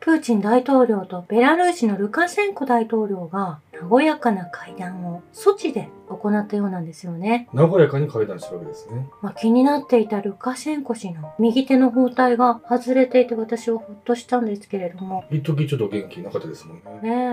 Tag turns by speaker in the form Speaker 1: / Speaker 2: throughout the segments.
Speaker 1: プーチン大統領とベラルーシのルカシェンコ大統領が和やかな会談を措置で行ったようなんですよね。
Speaker 2: 和やかに会談してるわけですね。
Speaker 1: まあ、気になっていたルカシェンコ氏の右手の包帯が外れていて私はほっとしたんですけれども、
Speaker 2: 一時ちょっと元気なかったですもんね。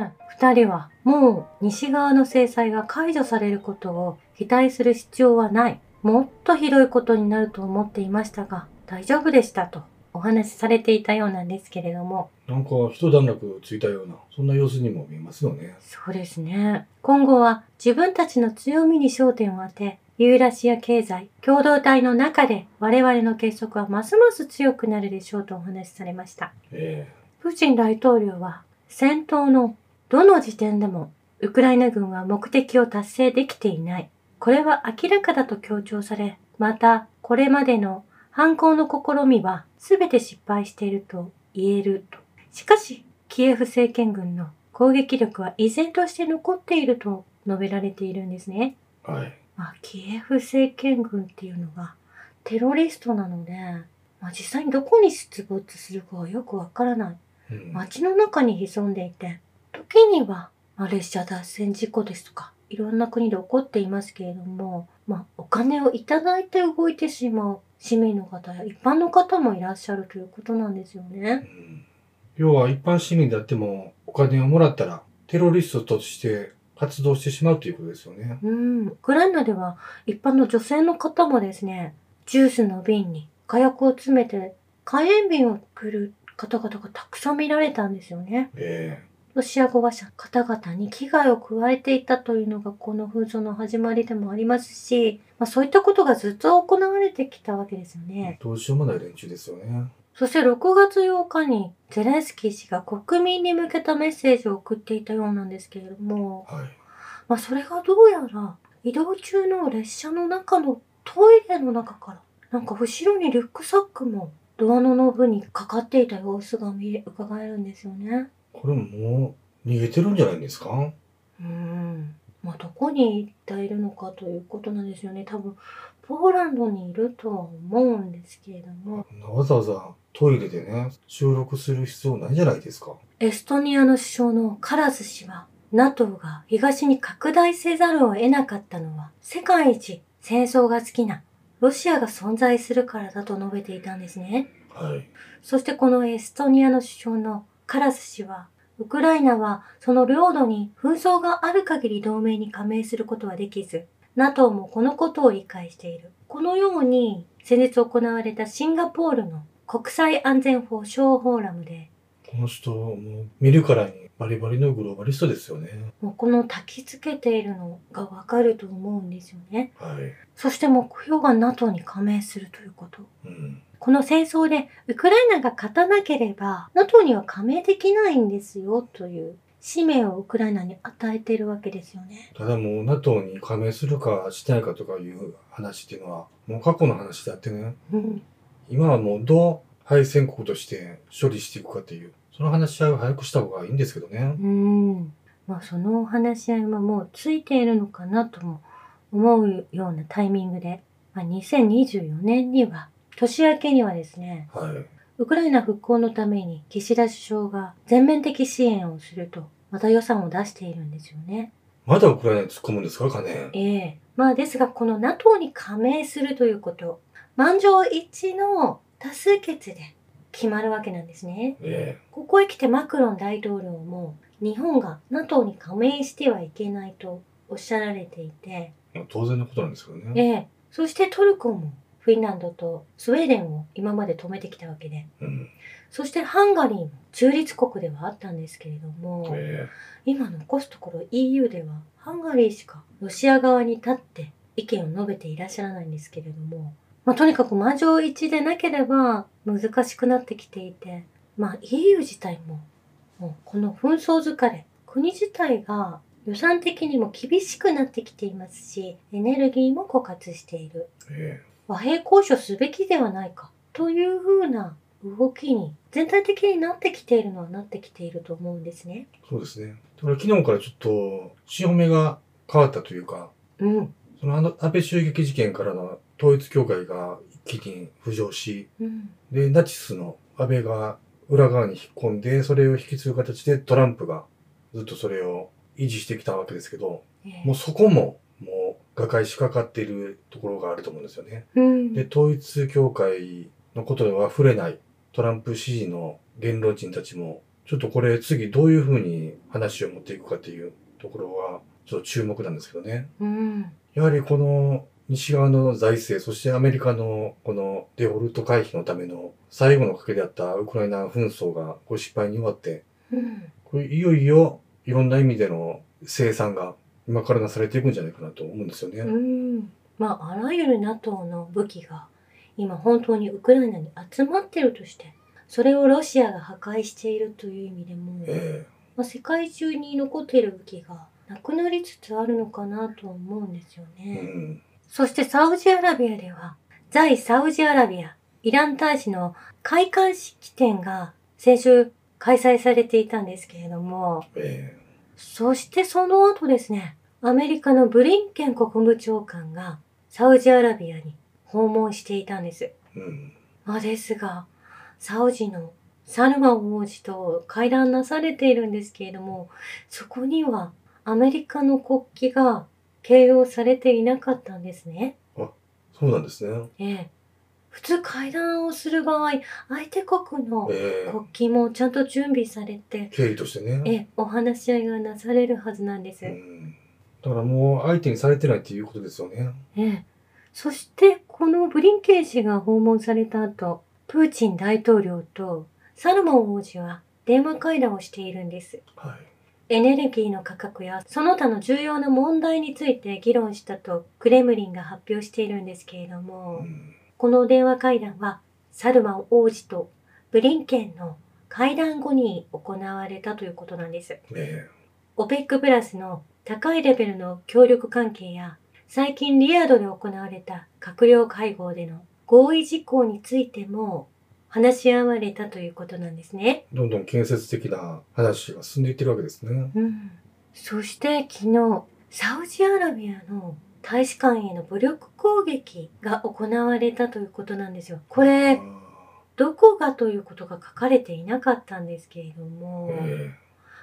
Speaker 1: ねえ、二人はもう西側の制裁が解除されることを期待する必要はない。もっとひどいことになると思っていましたが、大丈夫でしたとお話しされていたようなんですけれども、
Speaker 2: なんか一段落ついたような、そんな様子にも見えますよね。
Speaker 1: そうですね。今後は自分たちの強みに焦点を当て、ユーラシア経済共同体の中で我々の結束はますます強くなるでしょうとお話しされました。
Speaker 2: え
Speaker 1: プーチン大統領は戦闘のどの時点でもウクライナ軍は目的を達成できていない。これは明らかだと強調され、またこれまでの反抗の試みは全て失敗していると言えると。しかし、キエフ政権軍の攻撃力は依然として残っていると述べられているんですね。
Speaker 2: えはい。
Speaker 1: まあ、キエフ政権軍っていうのがテロリストなので、まあ、実際にどこに出没するかはよくわからない。
Speaker 2: うん
Speaker 1: 街の中に潜んでいて、時には、まあ、列車脱線事故ですとか、いろんな国で起こっていますけれども、まあ、お金をいただいて動いてしまう市民の方や一般の方もいらっしゃるということなんですよね。
Speaker 2: うん要は一般市民であっても、お金をもらったら、テロリストとして活動してしまうということですよね。
Speaker 1: うん。ウクライナでは一般の女性の方もですね、ジュースの瓶に火薬を詰めて火炎瓶を送る方々がたくさん見られたんですよね。
Speaker 2: え
Speaker 1: ロシア語話者の方々に危害を加えていたというのがこの紛争の始まりでもありますし、まあ、そういったことがずっと行われてきたわけですよ
Speaker 2: え
Speaker 1: ね。
Speaker 2: どうしようもない連中ですよね。
Speaker 1: そして6月8日にゼレンスキー氏が国民に向けたメッセージを送っていたようなんですけれども、
Speaker 2: はい。
Speaker 1: まあ、それがどうやら移動中の列車の中のトイレの中からなんか後ろにリュックサックもドアのノブにかかっていた様子が見え伺えるんですよね。
Speaker 2: これもう、逃げてるんじゃないんですか
Speaker 1: うんまあ、どこに一体いるのかということなんですよね。多分、ポーランドにいるとは思うんですけれども、
Speaker 2: わざわざトイレでね、収録する必要ないじゃないですか。
Speaker 1: エストニアの首相のカラス氏は、NATO が東に拡大せざるを得なかったのは、世界一戦争が好きなロシアが存在するからだと述べていたんですね。
Speaker 2: はい。
Speaker 1: そしてこのエストニアの首相のカラス氏は、ウクライナはその領土に紛争がある限り同盟に加盟することはできず、NATO もこのことを理解している。このように先日行われたシンガポールの国際安全保障フォーラムで、
Speaker 2: この人、もう、見るからにバリバリのグローバリストですよね。
Speaker 1: もうこの焚きつけているのがわかると思うんですよね。
Speaker 2: はい。
Speaker 1: そして目標が NATO に加盟するということ。
Speaker 2: うん。
Speaker 1: この戦争でウクライナが勝たなければ NATO には加盟できないんですよという使命をウクライナに与えているわけですよね。
Speaker 2: ただもう NATO に加盟するかしないかとかいう話っていうのは、もう過去の話であってね、
Speaker 1: うん、
Speaker 2: 今はもうどう敗戦国として処理していくかっていう、その話し合いを早くした方がいいんですけどね。
Speaker 1: うん、まあそのお話し合いはもうついているのかなとも思うようなタイミングで、まあ、2024年には年明けにはですね
Speaker 2: はい。
Speaker 1: ウクライナ復興のために岸田首相が全面的支援をするとまた予算を出しているんですよね。
Speaker 2: まだウクライナに突っ込むんですか、金。
Speaker 1: ええまあですが、この NATO に加盟するということ、満場一致の多数決で決まるわけなんですね。
Speaker 2: え
Speaker 1: ここへ来てマクロン大統領も、日本が NATO に加盟してはいけないとおっしゃられていて、
Speaker 2: え。まあ当然のことなんですけどね。
Speaker 1: ええそしてトルコもフィンランドとスウェーデンを今まで止めてきたわけで、
Speaker 2: うん。
Speaker 1: そしてハンガリーも中立国ではあったんですけれども、
Speaker 2: え
Speaker 1: 今残すところ EU ではハンガリーしかロシア側に立って意見を述べていらっしゃらないんですけれども、まあ、とにかく満場一致でなければ難しくなってきていて、まあ、EU 自体ももうこの紛争疲れ国自体が予算的にも厳しくなってきていますしエネルギーも枯渇している
Speaker 2: え。え
Speaker 1: 和平交渉すべきではないかというふうな動きに全体的になってきているのはなってきていると思うんですね。
Speaker 2: え。そうですね。だから昨日からちょっと、潮目が変わったというか、
Speaker 1: うん、
Speaker 2: そのあの安倍襲撃事件からの統一教会が一気に浮上し、
Speaker 1: うん
Speaker 2: で、ナチスの安倍が裏側に引っ込んで、それを引き継ぐ形でトランプがずっとそれを維持してきたわけですけど、
Speaker 1: ええ
Speaker 2: もうそこも、もう、瓦解しかかっているところがあると思うんですよね。
Speaker 1: うん
Speaker 2: で、統一教会のことでは触れないトランプ支持の言論人たちも、ちょっとこれ次どういうふうに話を持っていくかっていうところは、ちょっと注目なんですけどね。
Speaker 1: うん
Speaker 2: やはりこの西側の財政、そしてアメリカのこのデフォルト回避のための最後の賭けであったウクライナ紛争がご失敗に終わって、
Speaker 1: うん
Speaker 2: これいよいよいろんな意味での生産が今からなされていくんじゃないかなと思うんですよね。
Speaker 1: うんまああらゆる NATO の武器が今本当にウクライナに集まってるとしてそれをロシアが破壊しているという意味でも、
Speaker 2: え
Speaker 1: まあ、世界中に残っている武器がなくなりつつあるのかなと思うんですよ
Speaker 2: え
Speaker 1: ね。
Speaker 2: うん。
Speaker 1: そしてサウジアラビアでは、在サウジアラビア、イラン大使の開館式典が先週開催されていたんですけれども、
Speaker 2: え
Speaker 1: そしてその後ですね、アメリカのブリンケン国務長官がサウジアラビアに訪問していたんです。
Speaker 2: えうん。
Speaker 1: まあですが、サウジのサルマン王子と会談なされているんですけれども、そこにはアメリカの国旗が掲揚されていなかったんですね。
Speaker 2: そうなんですね。
Speaker 1: ええ。普通会談をする場合、相手国の
Speaker 2: ええ
Speaker 1: 国旗もちゃんと準備されて、
Speaker 2: 経緯としてね。
Speaker 1: ええ、お話し合いがなされるはずなんです。え
Speaker 2: うんだからもう相手にされてないっていうことですよね。
Speaker 1: え。そして、このブリンケン氏が訪問された後、プーチン大統領とサルモン王子は電話会談をしているんです。
Speaker 2: はい。
Speaker 1: エネルギーの価格やその他の重要な問題について議論したとクレムリンが発表しているんですけれども、
Speaker 2: うん
Speaker 1: この電話会談はサルマン王子とブリンケンの会談後に行われたということなんです。
Speaker 2: え
Speaker 1: OPEC プラスの高いレベルの協力関係や最近リアドで行われた閣僚会合での合意事項についても話し合われたということなんですね。
Speaker 2: えどんどん建設的な話が進んでいってるわけですね。
Speaker 1: うんそして昨日サウジアラビアの大使館への武力攻撃が行われたということなんですよ。これ
Speaker 2: あ
Speaker 1: どこがということが書かれていなかったんですけれど
Speaker 2: ー
Speaker 1: も、
Speaker 2: え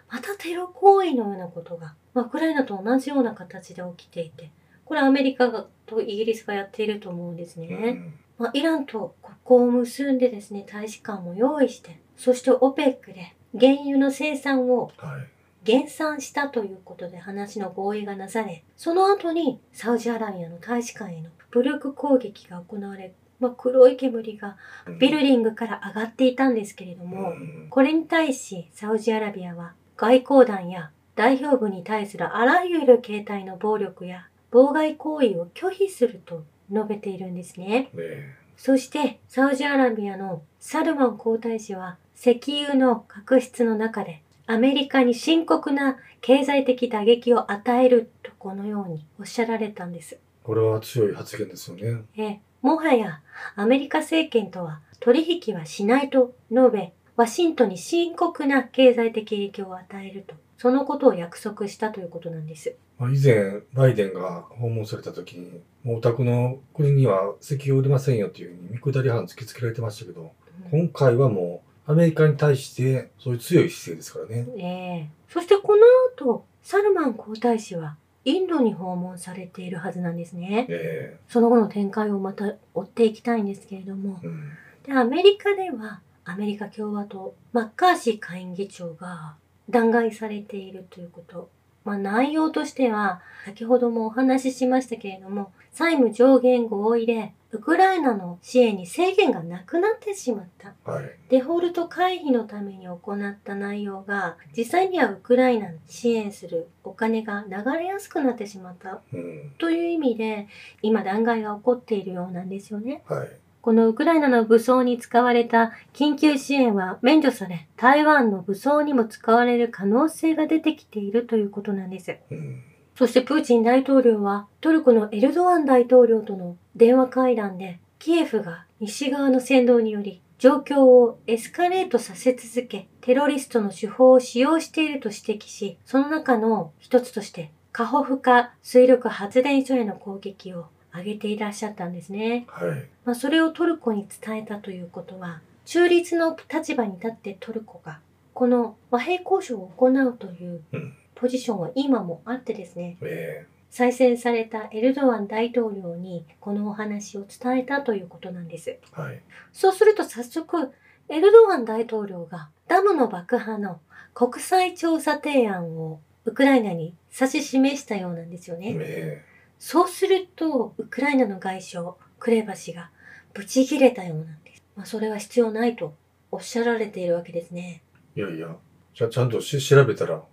Speaker 1: またテロ行為のようなことが、まあ、ウクライナと同じような形で起きていてこれアメリカがとイギリスがやっていると思うんですね。
Speaker 2: えうん
Speaker 1: まあ、イランと国交を結んでですね大使館も用意してそして OPEC で原油の生産を
Speaker 2: はい。
Speaker 1: 減産したということで話の合意がなされ、その後にサウジアラビアの大使館への武力攻撃が行われ、まあ、黒い煙が
Speaker 2: うん
Speaker 1: ビルディングから上がっていたんですけれども、
Speaker 2: うん
Speaker 1: これに対しサウジアラビアは外交団や代表部に対するあらゆる形態の暴力や妨害行為を拒否すると述べているんですね。
Speaker 2: え
Speaker 1: そして、サウジアラビアのサルマン皇太子は、石油の確執の中で、アメリカに深刻な経済的打撃を与えるとこのようにおっしゃられたんです。
Speaker 2: えこれは強い発言ですよね。
Speaker 1: えーもはやアメリカ政権とは取引はしないと述べ、ワシントンに深刻な経済的影響を与えると、そのことを約束したということなんです。
Speaker 2: まあ、以前、バイデンが訪問された時に、もうお宅の国には石油を売りませんよっていうふうに見下り班突きつけられてましたけど、今回はもうアメリカに対してそういう強い姿勢ですからね。
Speaker 1: ええそしてこの後、サルマン皇太子はインドに訪問されているはずなんですね。
Speaker 2: え
Speaker 1: その後の展開をまた追っていきたいんですけれども
Speaker 2: え、うん
Speaker 1: でアメリカではアメリカ共和党マッカーシー下院議長が弾劾されているということ。まあ内容としては、先ほどもお話ししましたけれども、債務上限合意で、ウクライナの支援に制限がなくなってしまった。
Speaker 2: はい。
Speaker 1: デフォルト回避のために行った内容が、実際にはウクライナに支援するお金が流れやすくなってしまった
Speaker 2: うん。
Speaker 1: という意味で、今弾劾が起こっているようなんですよね。
Speaker 2: はい。
Speaker 1: このウクライナの武装に使われた緊急支援は免除され、台湾の武装にも使われる可能性が出てきているということなんです。
Speaker 2: うん。
Speaker 1: そしてプーチン大統領はトルコのエルドアン大統領との電話会談でキエフが西側の扇動により状況をエスカレートさせ続けテロリストの手法を使用していると指摘しその中の一つとしてカホフカ水力発電所への攻撃を挙げていらっしゃったんですね。
Speaker 2: はい。
Speaker 1: まあ、それをトルコに伝えたということは中立の立場に立ってトルコがこの和平交渉を行うという
Speaker 2: うん
Speaker 1: ポジションは今もあってですね
Speaker 2: え
Speaker 1: 再選されたエルドアン大統領にこのお話を伝えたということなんです
Speaker 2: えはい。
Speaker 1: そうすると早速エルドアン大統領がダムの爆破の国際調査提案をウクライナに指し示したようなんですよね、
Speaker 2: え
Speaker 1: そうすると、ウクライナの外相、クレバ氏が、ブチ切れたようなんです。まあ、それは必要ないとおっしゃられているわけですね。
Speaker 2: えいやいや、じゃちゃんとし調べたら、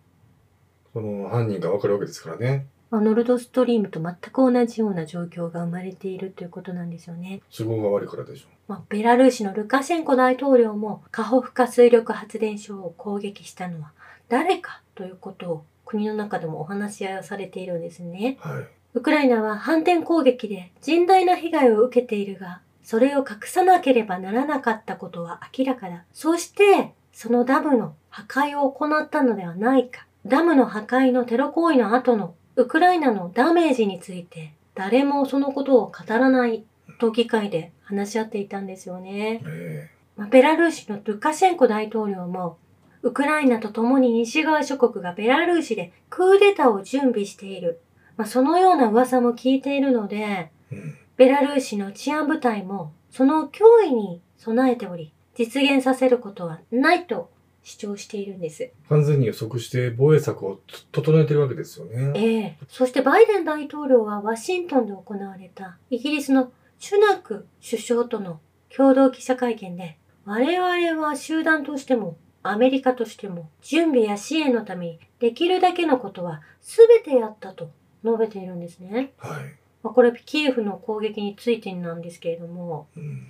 Speaker 2: その犯人がわかるわけですからね。
Speaker 1: まあ、ノルドストリームと全く同じような状況が生まれているということなんですよね。
Speaker 2: 都合が悪いからでしょ。
Speaker 1: まあ、ベラルーシのルカシェンコ大統領も、カホフカ水力発電所を攻撃したのは誰かということを国の中でもお話し合いをされているんですね。
Speaker 2: はい。
Speaker 1: ウクライナは反転攻撃で甚大な被害を受けているが、それを隠さなければならなかったことは明らかだ。そして、そのダムの破壊を行ったのではないか。ダムの破壊のテロ行為の後のウクライナのダメージについて、誰もそのことを語らないと議会で話し合っていたんですよね。
Speaker 2: え
Speaker 1: まあベラルーシのルカシェンコ大統領も、ウクライナと共に西側諸国がベラルーシでクーデターを準備している。まあ、そのような噂も聞いているので、
Speaker 2: えうん。
Speaker 1: ベラルーシの治安部隊もその脅威に備えており、実現させることはないと主張しているんです。
Speaker 2: 完全に予測して防衛策をと整えてるわけですよね。
Speaker 1: ええ。そしてバイデン大統領はワシントンで行われたイギリスのシュナク首相との共同記者会見で、我々は集団としてもアメリカとしても準備や支援のためにできるだけのことは全てやったと述べているんですね。
Speaker 2: はい。
Speaker 1: まあ、これキエフの攻撃についてなんですけれども、
Speaker 2: うん。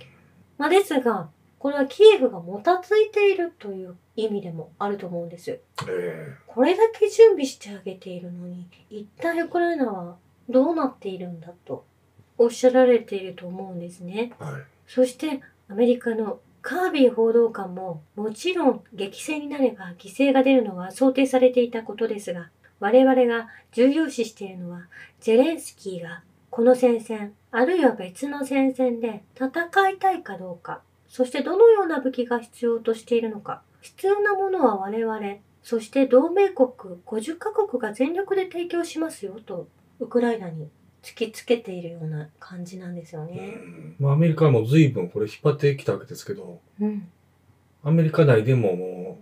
Speaker 1: まあ、ですが、これはキエフがもたついているという意味でもあると思うんです。
Speaker 2: え
Speaker 1: これだけ準備してあげているのに一体ウクライナはどうなっているんだとおっしゃられていると思うんですね
Speaker 2: えはい。
Speaker 1: そしてアメリカのカービー報道官ももちろん激戦になれば犠牲が出るのは想定されていたことですが我々が重要視しているのはゼレンスキーがこの戦線あるいは別の戦線で戦いたいかどうかそしてどのような武器が必要としているのか必要なものは我々そして同盟国50カ国が全力で提供しますよとウクライナに突きつけているような感じなんですよね。
Speaker 2: うんまあ、アメリカはもう随分これ引っ張ってきたわけですけど、
Speaker 1: うん
Speaker 2: アメリカ内でもも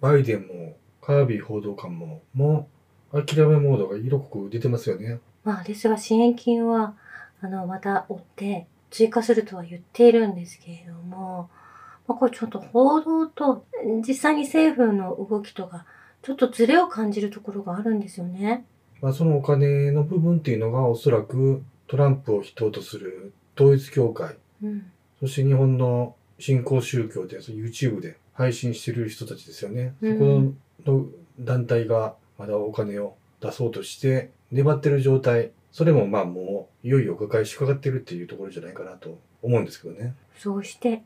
Speaker 2: う、バイデンも、カービー報道官も、もう、諦めモードが色濃く出てますよね。
Speaker 1: まあですが支援金はあのまた追って追加するとは言っているんですけれども、まあ、これちょっと報道と実際に政府の動きとがちょっとズレを感じるところがあるんですよね。
Speaker 2: まあ、そのお金の部分っていうのがおそらくトランプを筆頭とする統一教会、
Speaker 1: うん、
Speaker 2: そして日本の新興宗教で、その YouTube で配信してる人たちですよね。
Speaker 1: う
Speaker 2: そ
Speaker 1: ん
Speaker 2: この団体がまだお金を出そうとして粘ってる状態、それもまあもういよいよ伺いしかかってるっていうところじゃないかなと思うんですけどね。
Speaker 1: そうして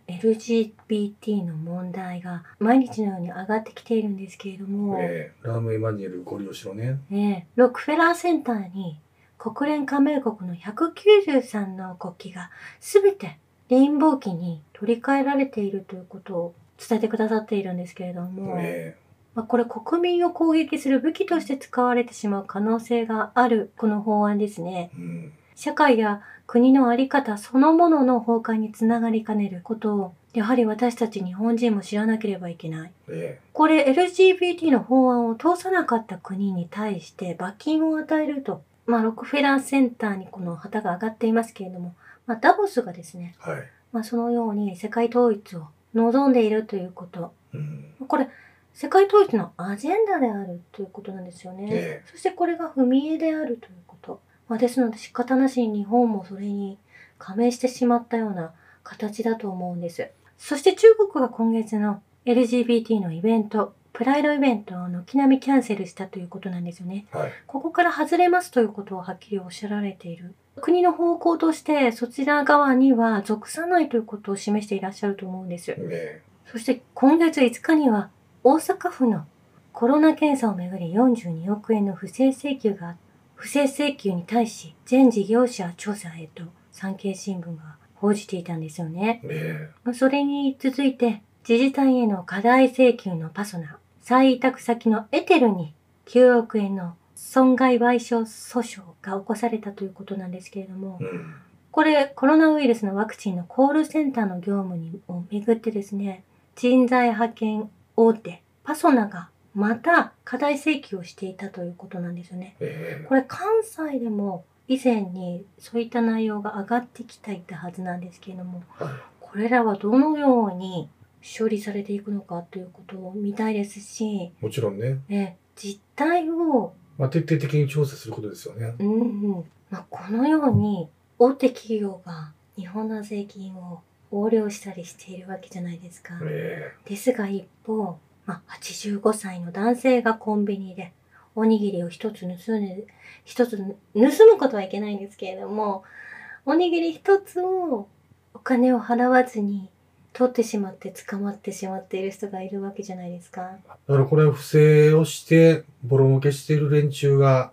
Speaker 1: LGBT の問題が毎日のように上がってきているんですけれども、
Speaker 2: えーラーム・エマニュエル・ゴリ押しのね。
Speaker 1: ええロックフェラーセンターに国連加盟国の193の国旗が全てレインボー旗に取り替えられているということを伝えてくださっているんですけれども、
Speaker 2: え
Speaker 1: まあ、これ国民を攻撃する武器として使われてしまう可能性があるこの法案ですね。
Speaker 2: ーうん、
Speaker 1: 社会や国の在り方そのものの崩壊につながりかねることをやはり私たち日本人も知らなければいけない。
Speaker 2: え
Speaker 1: これ LGBT の法案を通さなかった国に対して罰金を与えると、まあ、ロックフェラーセンターにこの旗が上がっていますけれども、まあ、ダボスがですね、
Speaker 2: ーはい。
Speaker 1: まあ、そのように世界統一を望んでいるということ
Speaker 2: うん、
Speaker 1: これ世界統一のアジェンダであるということなんですよね、
Speaker 2: え
Speaker 1: そしてこれが踏み絵であるということ、まあ、ですので仕方なしに日本もそれに加盟してしまったような形だと思うんですそして中国が今月の LGBT のイベントプライドイベントを軒並みキャンセルしたということなんですよね
Speaker 2: はい。
Speaker 1: ここから外れますということをはっきりおっしゃられている国の方向としてそちら側には属さないということを示していらっしゃると思うんです
Speaker 2: え
Speaker 1: そして今月5日には大阪府のコロナ検査をめぐり42億円の不正請求が不正請求に対し全事業者調査へと産経新聞が報じていたんですよね。
Speaker 2: え
Speaker 1: それに続いて、自治体への過大請求のパソナ、再委託先のエテルに9億円の損害賠償訴訟が起こされたということなんですけれども
Speaker 2: え、うん。
Speaker 1: これコロナウイルスのワクチンのコールセンターの業務にをめぐってですね、人材派遣大手パソナがまた過大請求をしていたということなんですよね。
Speaker 2: え
Speaker 1: これ関西でも以前にそういった内容が上がってきていたはずなんですけれども、
Speaker 2: えはい。
Speaker 1: これらはどのように処理されていくのかということを見たいですし、
Speaker 2: もちろんね、
Speaker 1: え実態を、
Speaker 2: まあ、徹底的に調査することですよね。
Speaker 1: うんうんまあ、このように大手企業が日本の税金を横領したりしているわけじゃないですか。
Speaker 2: え
Speaker 1: ですが一方、まあ、85歳の男性がコンビニでおにぎりを一つ盗んで、一つ盗むことはいけないんですけれども、おにぎり一つをお金を払わずに取ってしまって捕まってしまっている人がいるわけじゃないですか。
Speaker 2: だからこれ不正をして、ボロ儲けしている連中が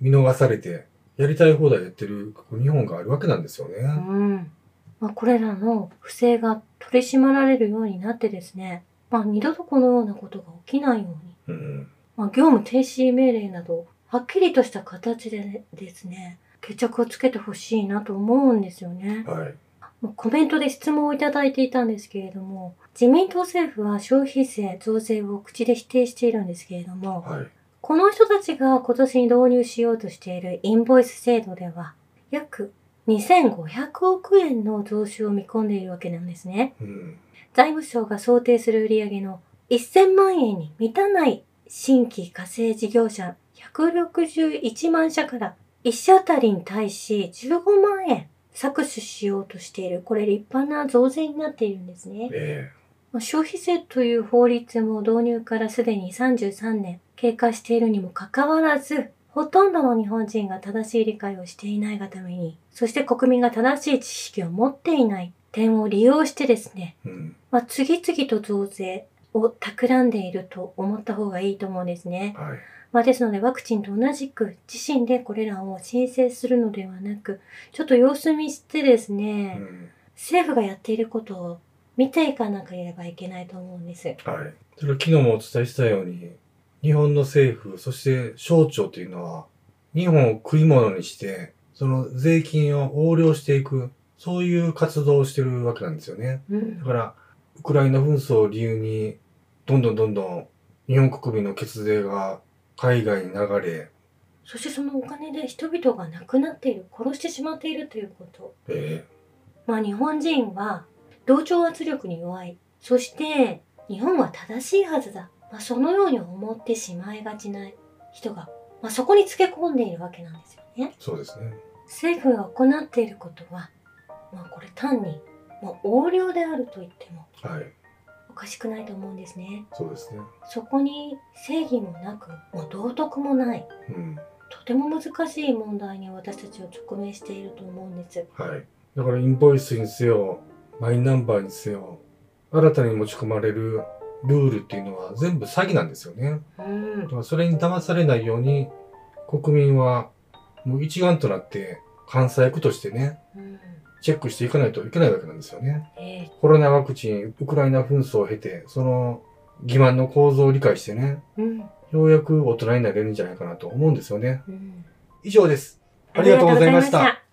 Speaker 2: 見逃されて、やりたい放題やってる日本があるわけなんですよね。
Speaker 1: うん。まあ、これらの不正が取り締まられるようになってですね、まあ、二度とこのようなことが起きないように、
Speaker 2: うん。
Speaker 1: まあ、業務停止命令など、はっきりとした形でねですね、決着をつけてほしいなと思うんですよね。
Speaker 2: はい。
Speaker 1: まあコメントで質問をいただいていたんですけれども、自民党政府は消費税増税を口で否定しているんですけれども、
Speaker 2: はい。
Speaker 1: この人たちが今年に導入しようとしているインボイス制度では、約2500億円の増収を見込んでいるわけなんですね。
Speaker 2: うん。
Speaker 1: 財務省が想定する売上の1000万円に満たない新規課税事業者161万社から1社あたりに対し15万円搾取しようとしている。これ立派な増税になっているんですね。
Speaker 2: え
Speaker 1: まあ消費税という法律も導入からすでに33年経過しているにもかかわらず、ほとんどの日本人が正しい理解をしていないがために、そして国民が正しい知識を持っていない点を利用してですね、
Speaker 2: えうん。
Speaker 1: まあ、次々と増税を企んでいると思った方がいいと思うんですね。
Speaker 2: はい。
Speaker 1: まあ、ですので、ワクチンと同じく自身でこれらを申請するのではなく、ちょっと様子見してですね
Speaker 2: う、ん。
Speaker 1: 政府がやっていることを見ていかなければいけないと思うんです。
Speaker 2: はい。それは昨日もお伝えしたように、日本の政府、そして省庁というのは、日本を食い物にして、その税金を横領していく、そういう活動をしてるわけなんですよね。
Speaker 1: うん
Speaker 2: だから、ウクライナ紛争を理由に、どんどんどんどん日本国民の血税が海外に流れ、
Speaker 1: そしてそのお金で人々が亡くなっている、殺してしまっているということ。
Speaker 2: え
Speaker 1: まあ日本人は同調圧力に弱い。そして日本は正しいはずだ。まあ、そのように思ってしまいがちな人が、まあ、そこにつけ込んでいるわけなんですよね。
Speaker 2: えそうですね。
Speaker 1: 政府が行っていることは、まあ、これ単に、まあ、横領であると言っても
Speaker 2: はい。
Speaker 1: おかしくないと思うんですね。
Speaker 2: そうですね。
Speaker 1: そこに正義もなく、もう道徳もない。
Speaker 2: うん。
Speaker 1: とても難しい問題に私たちを直面していると思うんです。
Speaker 2: はい。だからインボイスにせよ、マイナンバーにせよ、新たに持ち込まれるルールっていうのは全部詐欺なんですよね。
Speaker 1: うん
Speaker 2: だ。からそれに騙されないように、国民はもう一丸となって関西区としてね、
Speaker 1: うん。
Speaker 2: チェックしていかないといけないわけなんですよね。
Speaker 1: ええ
Speaker 2: コロナワクチン、ウクライナ紛争を経て、その欺瞞の構造を理解してね、
Speaker 1: うん。
Speaker 2: ようやく大人になれるんじゃないかなと思うんですよね。
Speaker 1: うん。
Speaker 2: 以上です。ありがとうございました。